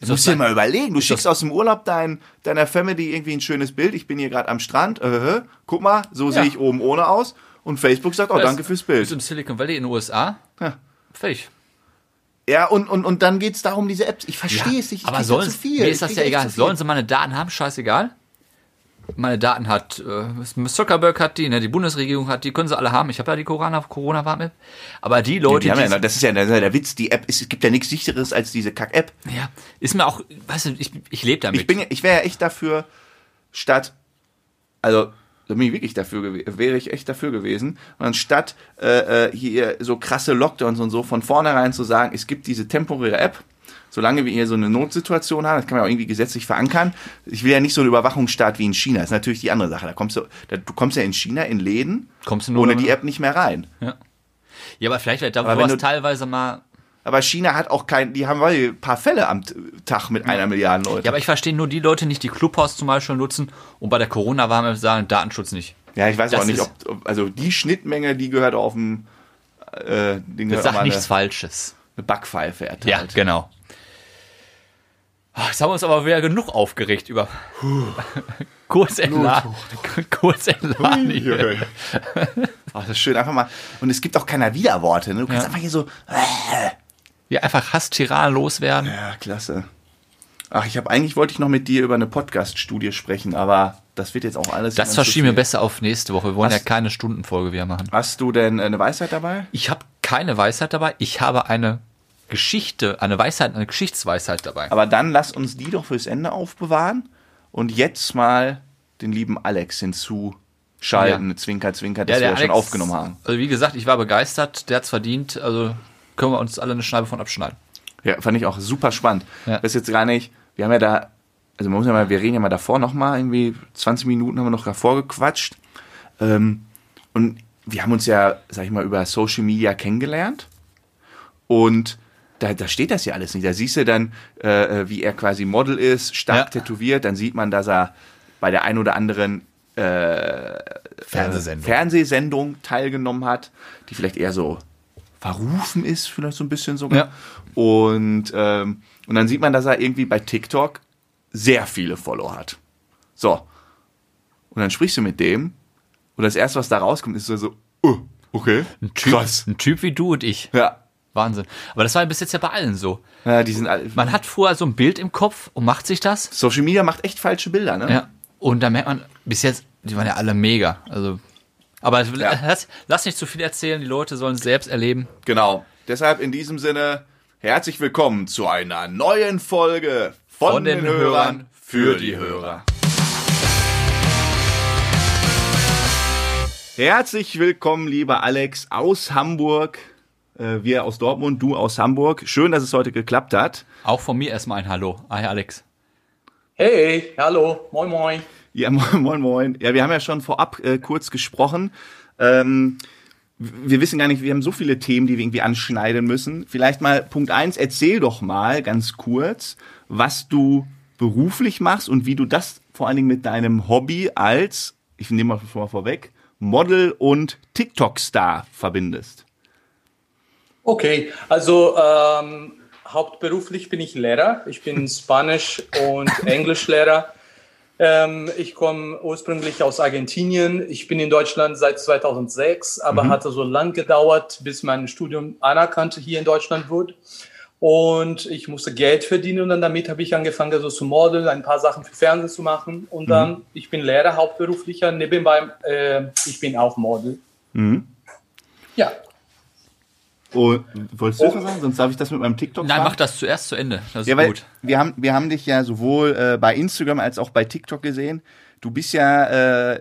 du musst dir mal überlegen, du schickst
das-
aus dem Urlaub dein, deiner Family irgendwie ein schönes Bild, ich bin hier gerade am Strand, äh, guck mal, so sehe ich oben ohne aus und Facebook sagt, oh, danke fürs
Ist
Bild.
im Silicon Valley in den USA.
Ja.
Fertig.
Ja, und, und, und dann geht's darum, diese Apps, ich verstehe es nicht, ich
aber
krieg
sollen,
da zu viel.
mir
ich
ist das
krieg
ja
echt
egal.
zu viel.
Sollen sie meine Daten haben? Scheißegal. meine Daten hat. Äh, Zuckerberg hat die, ne, die Bundesregierung hat die, können sie alle haben. Ich habe ja die corona corona warn Aber die Leute,
Die haben ja,
die-
noch- das ist ja, das ist ja der Witz, die App, ist, es gibt ja nichts sicheres als diese Kack-App.
ja, ist mir auch, weißt du, ich, ich lebe damit.
Ich bin, ja- ich wäre ja echt dafür, statt, also, da bin ich wirklich dafür gewesen, wäre ich echt dafür gewesen, und anstatt äh, äh, hier so krasse Lockdowns und so von vornherein zu sagen, es gibt diese temporäre App, solange wir hier so eine Notsituation haben, das kann man ja auch irgendwie gesetzlich verankern. Ich will ja nicht so einen Überwachungsstaat wie in China, ist natürlich die andere Sache. Da kommst du, da, du kommst ja in China in Läden
Kommst du nur
ohne
wenn-
die App nicht mehr rein.
ja, aber vielleicht wird da
Aber wenn
was
du-
teilweise mal.
Aber China hat auch kein, die haben weil, ein paar Fälle am T- Tag mit einer Milliarde Leute.
Ja, aber ich verstehe nur die Leute nicht, die Clubhouse zum Beispiel nutzen und bei der Corona-Warn-App sagen, Datenschutz nicht.
Ja, ich weiß
Das
auch nicht,
ist-
ob, ob also die Schnittmenge, die gehört auf dem äh, Ding
Das
gehört auch
sagt
mal
nichts
eine,
Falsches.
eine Backpfeife
Ja,
erteilt.
genau. Ah, Jetzt haben wir uns aber wieder genug aufgeregt über kurz entladen. kurz entladen hier.
Ui, ui. Ach, das ist schön, einfach mal. Und es gibt auch keiner Widerworte. Ne? Du kannst
Ja.
einfach hier so.
Ja, einfach Hass-Tiraden loswerden.
Ja, klasse. Ach, ich habe eigentlich wollte ich noch mit dir über eine Podcast-Studie sprechen, aber das wird jetzt auch alles.
Das
immer
verschieben wir
zu viel.
besser auf nächste Woche. Wir wollen
Hast-
ja keine Stundenfolge wieder machen.
Hast du denn eine Weisheit dabei?
Ich habe keine Weisheit dabei. Ich habe eine Geschichte, eine Weisheit, eine Geschichtsweisheit dabei.
Aber dann lass uns die doch fürs Ende aufbewahren und jetzt mal den lieben Alex hinzuschalten.
Ja.
Zwinker, Zwinker, das wir ja schon
Alex-
aufgenommen haben.
Also wie gesagt, ich war begeistert. Der hat's verdient. Also können wir uns alle eine Scheibe von abschneiden.
Ja, fand ich auch super spannend.
Ja.
Das ist jetzt gar nicht, wir haben ja da, also man muss ja mal, wir reden ja mal davor nochmal, irgendwie 20 Minuten haben wir noch davor gequatscht. Ähm, und wir haben uns ja, sag ich mal, über Social Media kennengelernt. Und da, da steht das ja alles nicht. Da siehst du dann, äh, äh, wie er quasi Model ist, stark
Ja.
tätowiert. Dann sieht man, dass er bei der ein oder anderen
Fernsehsendung.
Äh, Fernsehsendung teilgenommen hat, die vielleicht eher so verrufen ist, vielleicht so ein bisschen sogar.
Ja.
Und, ähm, und dann sieht man, dass er irgendwie bei TikTok sehr viele Follower hat. So. Und dann sprichst du mit dem und das erste, was da rauskommt, ist so, so oh, okay,
Ein typ,
krass.
ein typ wie du und ich.
Ja.
Wahnsinn. Aber das war bis jetzt ja bei allen so.
ja, die sind alle,
Man hat vorher so ein Bild im Kopf und macht sich das.
Social Media macht echt falsche Bilder, ne?
Ja. Und da merkt man, bis jetzt, die waren ja alle mega. Also. Aber lass, lass nicht zu viel erzählen, die Leute sollen es selbst erleben.
Genau. Deshalb in diesem Sinne herzlich willkommen zu einer neuen Folge von,
Von
den,
den
Hörern
Hörern
für
für
die
die
Hörer. Herzlich willkommen, lieber Alex aus Hamburg. Äh, Wir aus Dortmund, du aus Hamburg. Schön, dass es heute geklappt hat.
Auch von mir erstmal ein Hallo. Hi Alex.
Hey, hallo, moin moin.
Ja, moin, moin, moin. Ja, wir haben ja schon vorab äh, kurz gesprochen. Ähm, w- wir wissen gar nicht, wir haben so viele Themen, die wir irgendwie anschneiden müssen. Vielleicht mal Punkt eins: erzähl doch mal ganz kurz, was du beruflich machst und wie du das vor allen Dingen mit deinem Hobby als, ich nehme mal schon mal vorweg, Model und TikTok-Star verbindest.
Okay, also ähm, hauptberuflich bin ich Lehrer. Ich bin Spanisch- und Englischlehrer. Ähm, ich komme ursprünglich aus Argentinien. Ich bin in Deutschland seit 2006, aber hatte so lang gedauert, bis mein Studium anerkannt hier in Deutschland wurde. Und ich musste Geld verdienen und dann damit habe ich angefangen, also zu modeln, ein paar Sachen für Fernsehen zu machen. Und dann, ich bin Lehrer, hauptberuflicher, nebenbei, äh, ich bin auch Model. Ja,
Und, Oh, wolltest du das noch sagen? Sonst darf ich das mit meinem TikTok
Oh. Nein,
machen?
mach das zuerst zu Ende. Das ist
Ja, weil
gut.
Wir, haben, wir haben dich ja sowohl äh, bei Instagram als auch bei TikTok gesehen. Du bist ja äh,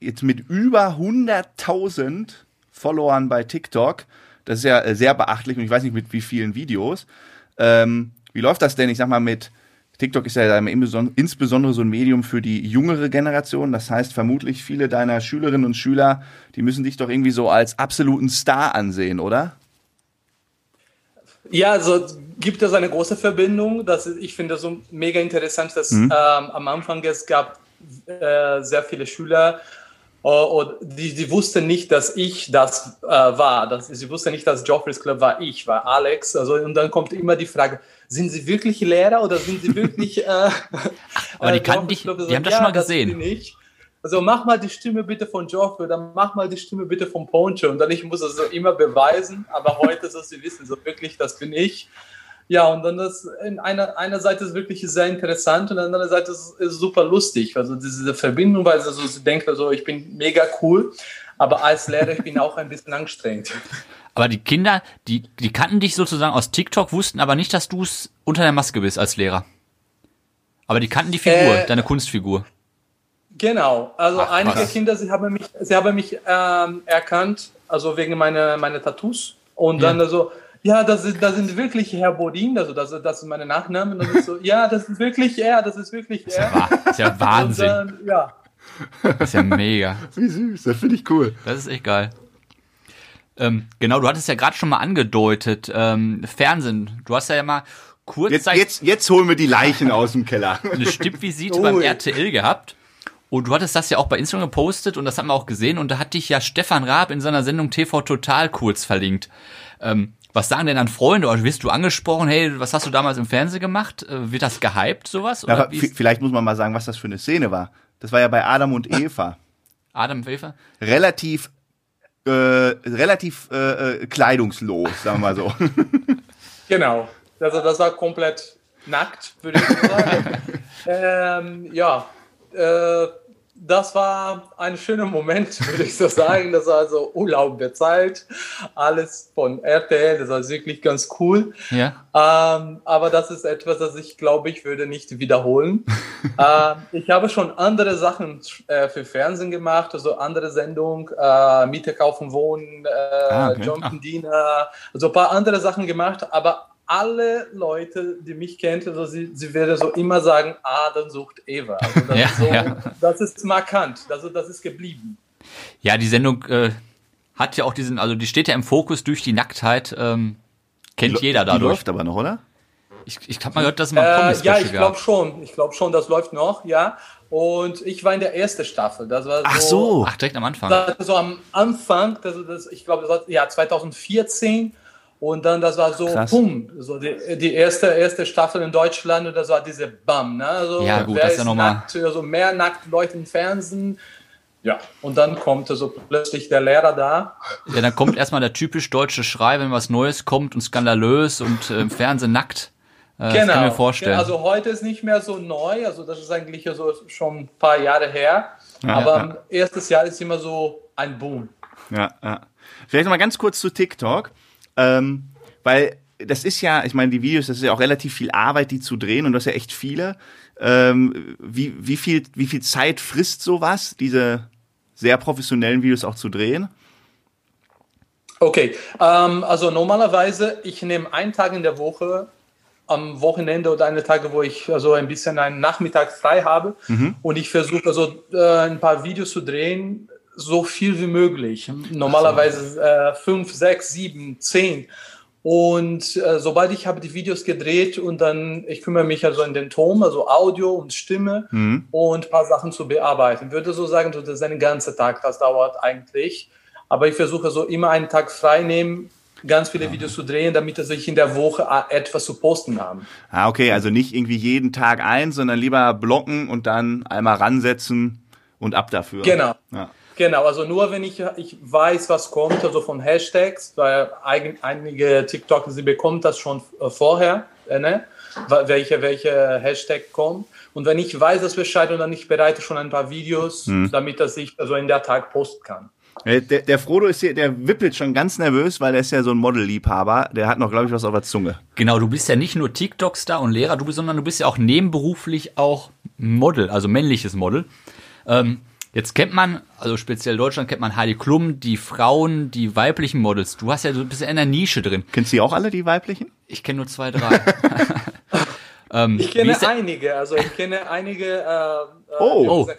jetzt mit über 100.000 Followern bei TikTok. Das ist ja äh, sehr beachtlich und ich weiß nicht mit wie vielen Videos. Ähm, wie läuft das denn? Ich sag mal mit TikTok ist ja dann inbeson- insbesondere so ein Medium für die jüngere Generation. Das heißt vermutlich viele deiner Schülerinnen und Schüler, die müssen dich doch irgendwie so als absoluten Star ansehen, oder?
Ja, also gibt es eine große Verbindung. Das ist, ich finde das so mega interessant, dass
Mhm.
ähm, am Anfang es gab äh, sehr viele Schüler, äh, und die, die wussten nicht, dass ich das äh, war. Das, sie wussten nicht, dass Joffreys Club war ich, war Alex. Also, und dann kommt immer die Frage, sind sie wirklich Lehrer oder sind sie wirklich... Äh,
aber die
äh,
kannten
Joffreys
dich-
Club?
die
Also,
haben das schon mal gesehen.
bin ich. Also mach mal die Stimme bitte von Joffrey, dann mach mal die Stimme bitte von Poncho und dann ich muss es so immer beweisen, aber heute so sie wissen so wirklich, das bin ich. Ja, und dann das in einer, einerseits ist wirklich sehr interessant und andererseits ist es super lustig. Also diese Verbindung, weil also sie denkt, also ich bin mega cool, aber als Lehrer ich bin auch ein bisschen anstrengend.
Aber die Kinder, die, die kannten dich sozusagen aus TikTok, wussten aber nicht, dass du es unter der Maske bist als Lehrer. Aber die kannten die Figur,
Äh,
deine Kunstfigur.
Genau, also
Ach,
einige
krass.
Kinder, sie haben mich, sie haben mich ähm, erkannt, also wegen meiner, meiner Tattoos. Und dann also, ja, das, ist, das sind wirklich Herr Bodin, also das, das ist meine Nachname. Und dann ist so, ja, das ist wirklich er, das ist wirklich er.
Wah- Ist ja Wahnsinn.
Und dann, ja,
Ist ja mega.
Wie süß, das finde ich cool.
Das ist echt geil. Ähm, genau, du hattest ja gerade schon mal angedeutet, ähm, Fernsehen. Du hast ja mal kurz
Jetzt, jetzt, jetzt holen wir die Leichen aus dem Keller.
eine Stippvisite
Oh,
beim
ja.
RTL gehabt. Und du hattest das ja auch bei Instagram gepostet und das haben wir auch gesehen. Und da hat dich ja Stefan Raab in seiner Sendung TV Total kurz verlinkt. Ähm, was sagen denn dann Freunde? Oder wirst du angesprochen? Hey, was hast du damals im Fernsehen gemacht? Äh, wird das gehypt, sowas? Oder
Aber
wie
vi-
ist
vielleicht muss man mal sagen, was das für eine Szene war. Das war ja bei Adam und Eva.
Adam Wefer?
Relativ, äh, relativ äh, äh, kleidungslos, sagen wir mal so.
genau. Also das war komplett nackt, würde ich so sagen. ähm, ja, äh, das war ein schöner Moment, würde ich so sagen. Das war also Urlaub bezahlt, alles von RTL, das war wirklich ganz cool.
Ja.
Ähm, aber das ist etwas, das ich glaube, ich würde nicht wiederholen. ähm, ich habe schon andere Sachen äh, für Fernsehen gemacht, also andere Sendungen, äh, Miete kaufen, wohnen, äh,
Ah, okay.
John Diener, also ein paar andere Sachen gemacht, aber alle Leute, die mich kennen, also sie, sie werden so immer sagen, ah, dann sucht Eva. Also das,
Ja,
ist so,
ja.
das ist markant, also das ist geblieben.
Ja, die Sendung äh, hat ja auch diesen, also die steht ja im Fokus durch die Nacktheit. Ähm, kennt jeder
Die
dadurch.
läuft aber noch, oder?
Ich, ich habe mal gehört, dass es mal ein
Äh,
Pommes
ja, ich
gab.
glaube schon. Ich glaube schon, das läuft noch, ja. Und ich war in der ersten Staffel. Das war
Ach so.
Ach, direkt am Anfang.
Das war so am Anfang, das, das, ich glaube, das war ja, 2014. Und dann, das war so,
Krass.
bumm, so die, die erste, erste Staffel in Deutschland und das war diese Bam. Ne? Also,
Ja, gut,
wer
das ist ja nochmal-
nackt, also mehr nackt Leute im Fernsehen. Ja, und dann kommt so plötzlich der Lehrer da.
Ja, dann kommt erstmal der typisch deutsche Schrei, wenn was Neues kommt und skandalös und äh, im Fernsehen nackt. Äh, Das kann ich mir vorstellen.
Also heute ist nicht mehr so neu, also das ist eigentlich ja so schon ein paar Jahre her.
ja.
aber erstes Jahr ist immer so ein Boom.
Ja, ja. Vielleicht noch mal ganz kurz zu TikTok, ähm, weil das ist ja, ich meine, die Videos, das ist ja auch relativ viel Arbeit, die zu drehen und das ja echt viele. Ähm, wie, wie, viel, wie viel Zeit frisst sowas, diese sehr professionellen Videos auch zu drehen?
Okay, ähm, also normalerweise, ich nehme einen Tag in der Woche am Wochenende oder eine Tage, wo ich also ein bisschen einen Nachmittag frei habe und ich versuche also äh, ein paar Videos zu drehen, so viel wie möglich. Normalerweise äh, fünf, sechs, sieben, zehn. Und äh, sobald ich habe die Videos gedreht und dann, ich kümmere mich also in den Ton, also Audio und Stimme und ein paar Sachen zu bearbeiten. Würde so sagen, so, das ist ein ganzer Tag, das dauert eigentlich. Aber ich versuche so immer einen Tag frei nehmen, ganz viele Videos zu drehen, damit also ich in der Woche äh, etwas zu posten habe.
Ah, okay, also nicht irgendwie jeden Tag eins, sondern lieber blocken und dann einmal ransetzen und ab dafür.
Genau.
Ja.
Genau, also nur wenn ich, ich weiß, was kommt, also von Hashtags, weil eigen, einige TikToker, sie bekommen das schon äh, vorher, äh, ne? Wa- welche, welche Hashtag kommt. Und wenn ich weiß das Bescheid und dann ich bereite schon ein paar Videos,
Mhm.
damit dass ich also in der Tag posten kann.
Äh, Der, der Frodo ist hier, der wippelt schon ganz nervös, weil er ist ja so ein Model-Liebhaber. Der hat noch, glaube ich, was auf der Zunge.
genau, du bist ja nicht nur TikTok-Star und Lehrer, du bist, sondern du bist ja auch nebenberuflich auch Model, also männliches Model. Ähm, jetzt kennt man, also speziell Deutschland kennt man Heidi Klum, die Frauen, die weiblichen Models. Du hast ja, du bist ja in der Nische drin.
Kennst du die auch alle, die weiblichen?
Ich kenne nur zwei, drei. ähm,
Ich kenne
der,
einige, also ich kenne einige äh,
Oh.
Oh.
äh,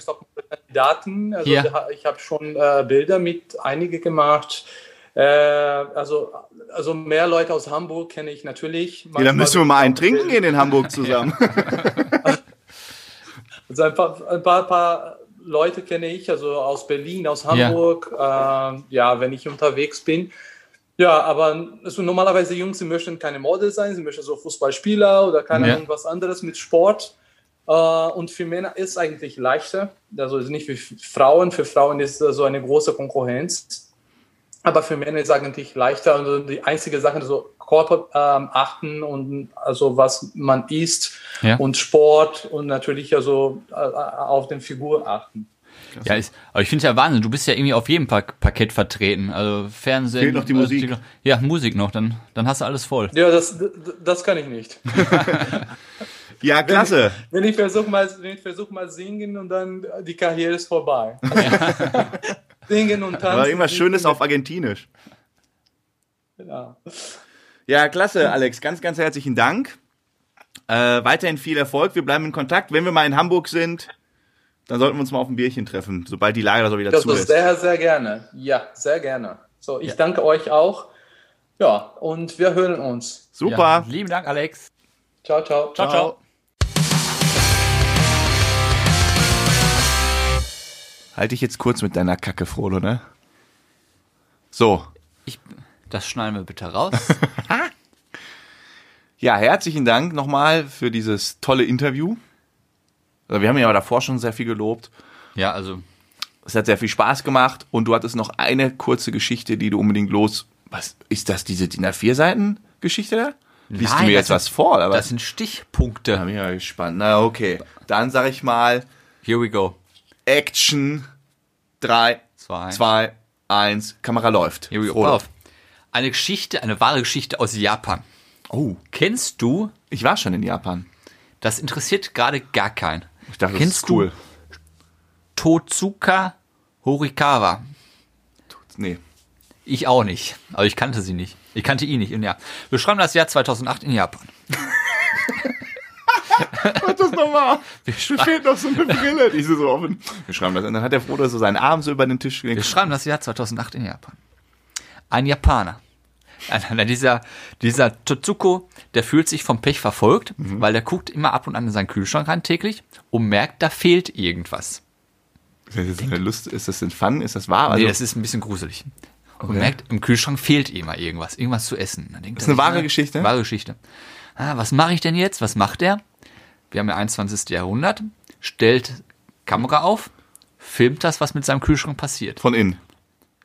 Kandidaten. Also
Hier.
da- ich habe schon äh, Bilder mit einige gemacht. Äh, also, also mehr Leute aus Hamburg kenne ich natürlich.
Ja, dann müssen wir mal einen trinken gehen in Hamburg zusammen.
Also ein paar, ein paar, paar Leute kenne ich, also aus Berlin, aus Hamburg, ähm, ja, wenn ich unterwegs bin. Ja, aber also normalerweise Jungs, sie möchten keine Model sein, sie möchten so Fußballspieler oder keine
Ja.
Ahnung, was anderes mit Sport. Äh, und für Männer ist eigentlich leichter, also ist nicht wie Frauen. Für Frauen ist so eine große Konkurrenz. Aber für Männer ist eigentlich leichter. Also die einzige Sache, so Körper ähm, achten und also was man isst
Ja.
und Sport und natürlich also äh, auf den Figur achten.
Ja, ist, aber ich finde es ja Wahnsinn. Du bist ja irgendwie auf jedem pa Parkett vertreten. Also Fernsehen.
Fehlt noch die Musik.
Also, ja, Musik noch. Dann, dann hast du alles voll.
Ja, das, das- das kann ich nicht.
Ja, klasse.
Wenn ich versuche mal, wenn ich versuch mal singen und dann äh, die Karriere ist vorbei. singen und tanzen.
Aber irgendwas Schönes auf Argentinisch.
Ja.
Ja, klasse, Alex. Ganz, ganz herzlichen Dank. Äh, weiterhin viel Erfolg. Wir bleiben in Kontakt. Wenn wir mal in Hamburg sind, dann sollten wir uns mal auf ein Bierchen treffen, sobald die Lager so wieder
Das
zu
ist
ist.
sehr, sehr gerne. Ja, sehr gerne. So, ich danke euch auch. Ja, und wir hören uns.
Super.
Ja, lieben Dank, Alex.
Ciao, ciao.
Ciao, ciao.
Halte ich jetzt kurz mit deiner Kacke, Frolo, ne? So.
Ich, das schneiden wir bitte raus.
Ja, herzlichen Dank nochmal für dieses tolle Interview. Also Wir haben ja davor schon sehr viel gelobt.
ja, also
Es hat sehr viel Spaß gemacht und du hattest noch eine kurze Geschichte, die du unbedingt los. Was ist das, diese DIN A4-Seiten-Geschichte da? Liest du
Nein,
mir
das
jetzt
sind-
was vor? Aber
das sind
Ja,
Stichpunkte.
bin ja gespannt. Na, okay. Dann sag ich mal
Here we go.
Action. Drei,
Zwei.
zwei, eins. Kamera läuft.
Here we go.
Frodo.
Pass auf. Eine Geschichte, eine wahre Geschichte aus Japan.
Oh,
Kennst du?
ich war schon in Japan.
Das interessiert gerade gar keinen.
Ich dachte,
Kennst
das ist cool.
du Totsuka Horikawa?
Nee.
Ich auch nicht. Aber ich kannte sie nicht. Ich kannte ihn nicht. Und ja, wir schreiben das Jahr 2008 in Japan.
Das nochmal. Mir fehlt noch so eine Brille, die so offen. Wir schreiben das. Und dann hat der Frodo so seinen Arm so über den Tisch
Wir
gelegt.
schreiben das Jahr 2008 in Japan. Ein Japaner. Einer dieser, dieser Totsuko, der fühlt sich vom Pech verfolgt,
Mhm.
weil der guckt immer ab und an in seinen Kühlschrank rein täglich und merkt, da fehlt irgendwas.
Ist das jetzt eine Lust? Ist das denn Fun? Ist das wahr?
nee,
Also,
das ist ein bisschen gruselig. Und
Okay.
merkt, im Kühlschrank fehlt immer irgendwas, irgendwas zu essen. Dann denkt
Ist
er
eine
sich,
wahre
na,
Geschichte?
Wahre Geschichte. Ah, was mache ich denn jetzt? Was macht er? Wir haben ja 21. Jahrhundert, stellt Kamera auf, filmt das, was mit seinem Kühlschrank passiert.
von innen.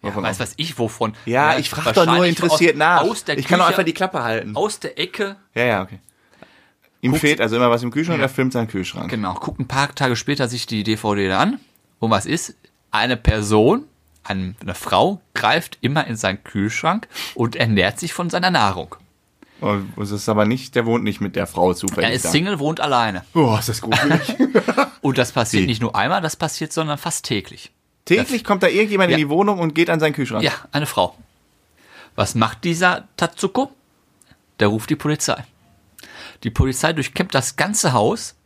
Oder
Ja,
von
weiß
außen?
was ich wovon.
ja, ich frage doch nur
wahrscheinlich
interessiert
aus,
nach.
Aus der
ich kann doch
Küche,
einfach die Klappe halten.
aus der Ecke,
Ja, ja, okay. Ihm fehlt also immer was im Kühlschrank, er filmt seinen Kühlschrank.
genau, guckt ein paar Tage später sich die DVD da an. Und was ist? Eine Person, ein- eine Frau, greift immer in seinen Kühlschrank und ernährt sich von seiner Nahrung.
Und es ist aber nicht, der wohnt nicht mit der Frau zufällig.
Er ist
da.
Single, wohnt alleine.
Oh, ist das gruselig.
Und das passiert
Sie.
nicht nur einmal, das passiert, sondern fast täglich.
Täglich kommt da irgendjemand
Ja.
in die Wohnung und geht an seinen Kühlschrank.
Ja, eine Frau. Was macht dieser Tatsuko? Der ruft die Polizei. Die Polizei durchkämmt das ganze Haus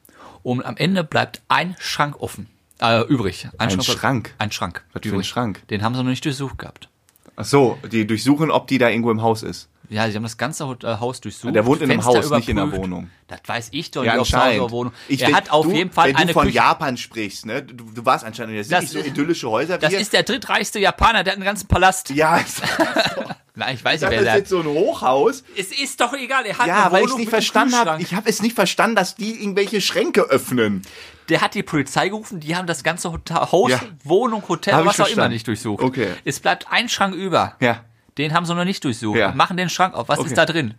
und am Ende bleibt ein Schrank offen. Äh, übrig.
Ein Schrank?
Ein Schrank.
Was für ein Schrank?
Den haben sie noch nicht durchsucht gehabt.
Ach so, die durchsuchen, ob die da irgendwo im Haus ist.
Ja, sie haben das ganze Ho- äh, Haus durchsucht.
Ah, Der wohnt in einem
Fenster
Haus, nicht in einer
überprüft.
Wohnung.
Das weiß ich doch nicht, ob es eine Haus oder Wohnung.
Ich
er
denk,
hat auf
du,
jeden Fall
wenn
eine
du von
Küche.
Japan sprichst, ne? Du, du warst anscheinend das sind
Das
nicht so
ist-
idyllische Häuser
Das
wie
ist der drittreichste Japaner, der hat einen ganzen Palast.
ja, ich sag,
Nein, ich weiß
das
nicht, wer
ist
der
jetzt so ein Hochhaus.
Es ist doch egal, er hat
Ja,
eine
weil
Wohnung
ich nicht
mit einem
verstanden habe.
Kühlschrank.
Ich habe es nicht verstanden, dass die irgendwelche Schränke öffnen.
Der hat die Polizei gerufen, die haben das ganze Hotel, Haus,
Ja.
Wohnung, Hotel,
Hab ich
was auch
verstanden.
immer nicht durchsucht.
Okay.
Es bleibt ein Schrank über.
Ja.
Den haben sie noch nicht durchsucht.
Ja.
Machen den Schrank auf. Was
Okay.
ist da drin?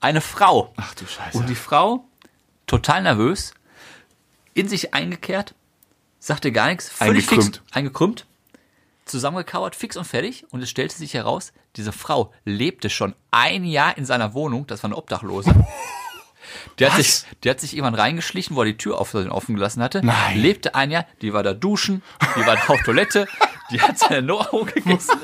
Eine Frau.
Ach du Scheiße.
Und die Frau, total nervös, in sich eingekehrt, sagte gar nichts, völlig
Eingekrümmt.
fix, eingekrümmt, zusammengekauert, fix und fertig. Und es stellte sich heraus, diese Frau lebte schon ein Jahr in seiner Wohnung, das war eine Obdachlose. Die hat, sich,
Was?
die hat sich jemand reingeschlichen, wo er die Tür auf- offen gelassen hatte.
Nein.
Lebte ein Jahr, die war da duschen, die war da auf Toilette, die hat seine Nahrung gegessen.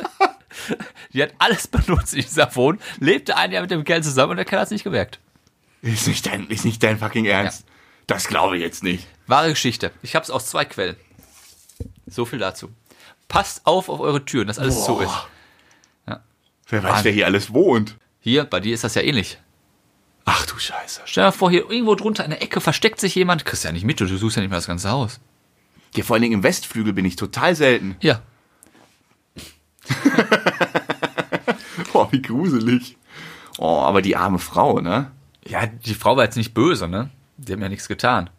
Die hat alles benutzt in dieser Wohnung, lebte ein Jahr mit dem Kerl zusammen und der Kerl hat es nicht gemerkt.
Ist nicht dein, ist nicht dein fucking Ernst. Das glaube ich jetzt nicht.
Wahre Geschichte. Ich habe es aus zwei Quellen. So viel dazu. Passt auf auf eure Türen, dass alles zu ist.
Wer weiß, wer hier alles wohnt.
Hier, bei dir ist das ja ähnlich.
Ach du Scheiße.
Stell dir mal vor, hier irgendwo drunter in der Ecke versteckt sich jemand. Kriegst ja nicht mit, du suchst ja nicht mal das ganze Haus.
Ja, vor allen Dingen im Westflügel bin ich total selten.
Ja.
Boah, wie gruselig. Oh, aber die arme Frau, ne?
Ja, die Frau war jetzt nicht böse, ne? Die haben ja nichts getan.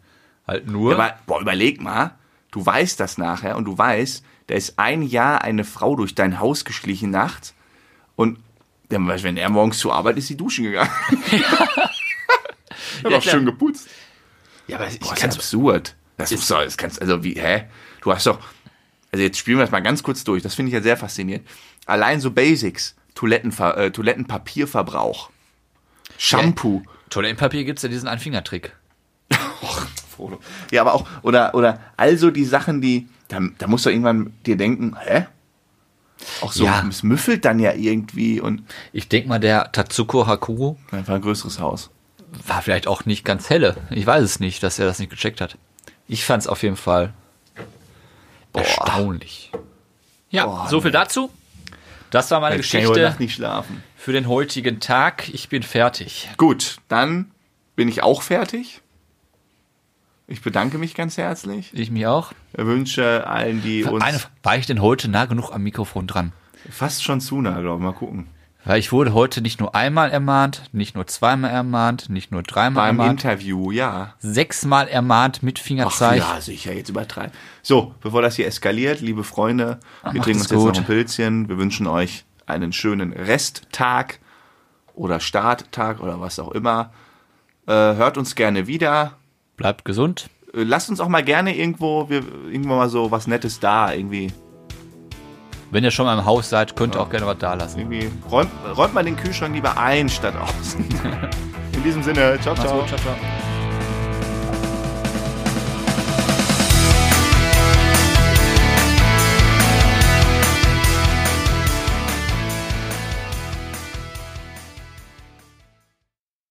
Halt nur.
Aber, boah, überleg mal, du weißt das nachher und du weißt, da ist ein Jahr eine Frau durch dein Haus geschlichen nachts und dann, weißt du, wenn er morgens zur Arbeit ist, die duschen gegangen. Ja. Hat
Ja, klar.
auch schön geputzt. Ja, aber das
Boah,
ist
ist
ganz absurd. Das ist so, das kannst, also wie, hä? Du hast doch, also jetzt spielen wir das mal ganz kurz durch. Das finde ich ja sehr faszinierend. Allein so Basics. Toilettenver äh, Toilettenpapierverbrauch. Shampoo.
Toilettenpapier gibt's ja diesen Anfängertrick.
Och, Frodo. Ja, aber auch, oder, oder also die Sachen, die, da, da musst du irgendwann dir denken, hä? Auch so,
Ja.
es müffelt dann ja irgendwie und
Ich denk mal, der Tatsuko Hakuro
einfach ein größeres Haus.
war vielleicht auch nicht ganz helle. Ich weiß es nicht, dass er das nicht gecheckt hat. Ich fand's auf jeden Fall erstaunlich. Ja,
Boah,
so viel dazu. Das war meine
Jetzt kann ich heute
Geschichte
Nacht nicht schlafen.
für den heutigen Tag. Ich bin fertig.
Gut, dann bin ich auch fertig. Ich bedanke mich ganz herzlich.
Ich mich auch.
Wünsche allen, die uns
Eine, war ich denn heute nah genug am Mikrofon dran?
fast schon zu nah, glaube ich. Mal gucken.
Weil ich wurde heute nicht nur einmal ermahnt, nicht nur zweimal ermahnt, nicht nur dreimal
Beim
ermahnt,
Interview, ja.
sechsmal ermahnt mit Fingerzeichen.
ja, sicher, jetzt übertreiben. So, bevor das hier eskaliert, liebe Freunde, wir
macht
trinken
es
uns jetzt noch
gut.
ein Pilzchen. Wir wünschen euch einen schönen Resttag oder Starttag oder was auch immer. Äh, hört uns gerne wieder.
Bleibt gesund.
Äh, Lasst uns auch mal gerne irgendwo, wir, irgendwo mal so was Nettes da, irgendwie
Wenn ihr schon mal im Haus seid, könnt ihr auch gerne was da lassen.
Irgendwie räumt, räumt man den Kühlschrank lieber ein statt aus. In diesem Sinne, ciao, ciao.
ciao, ciao.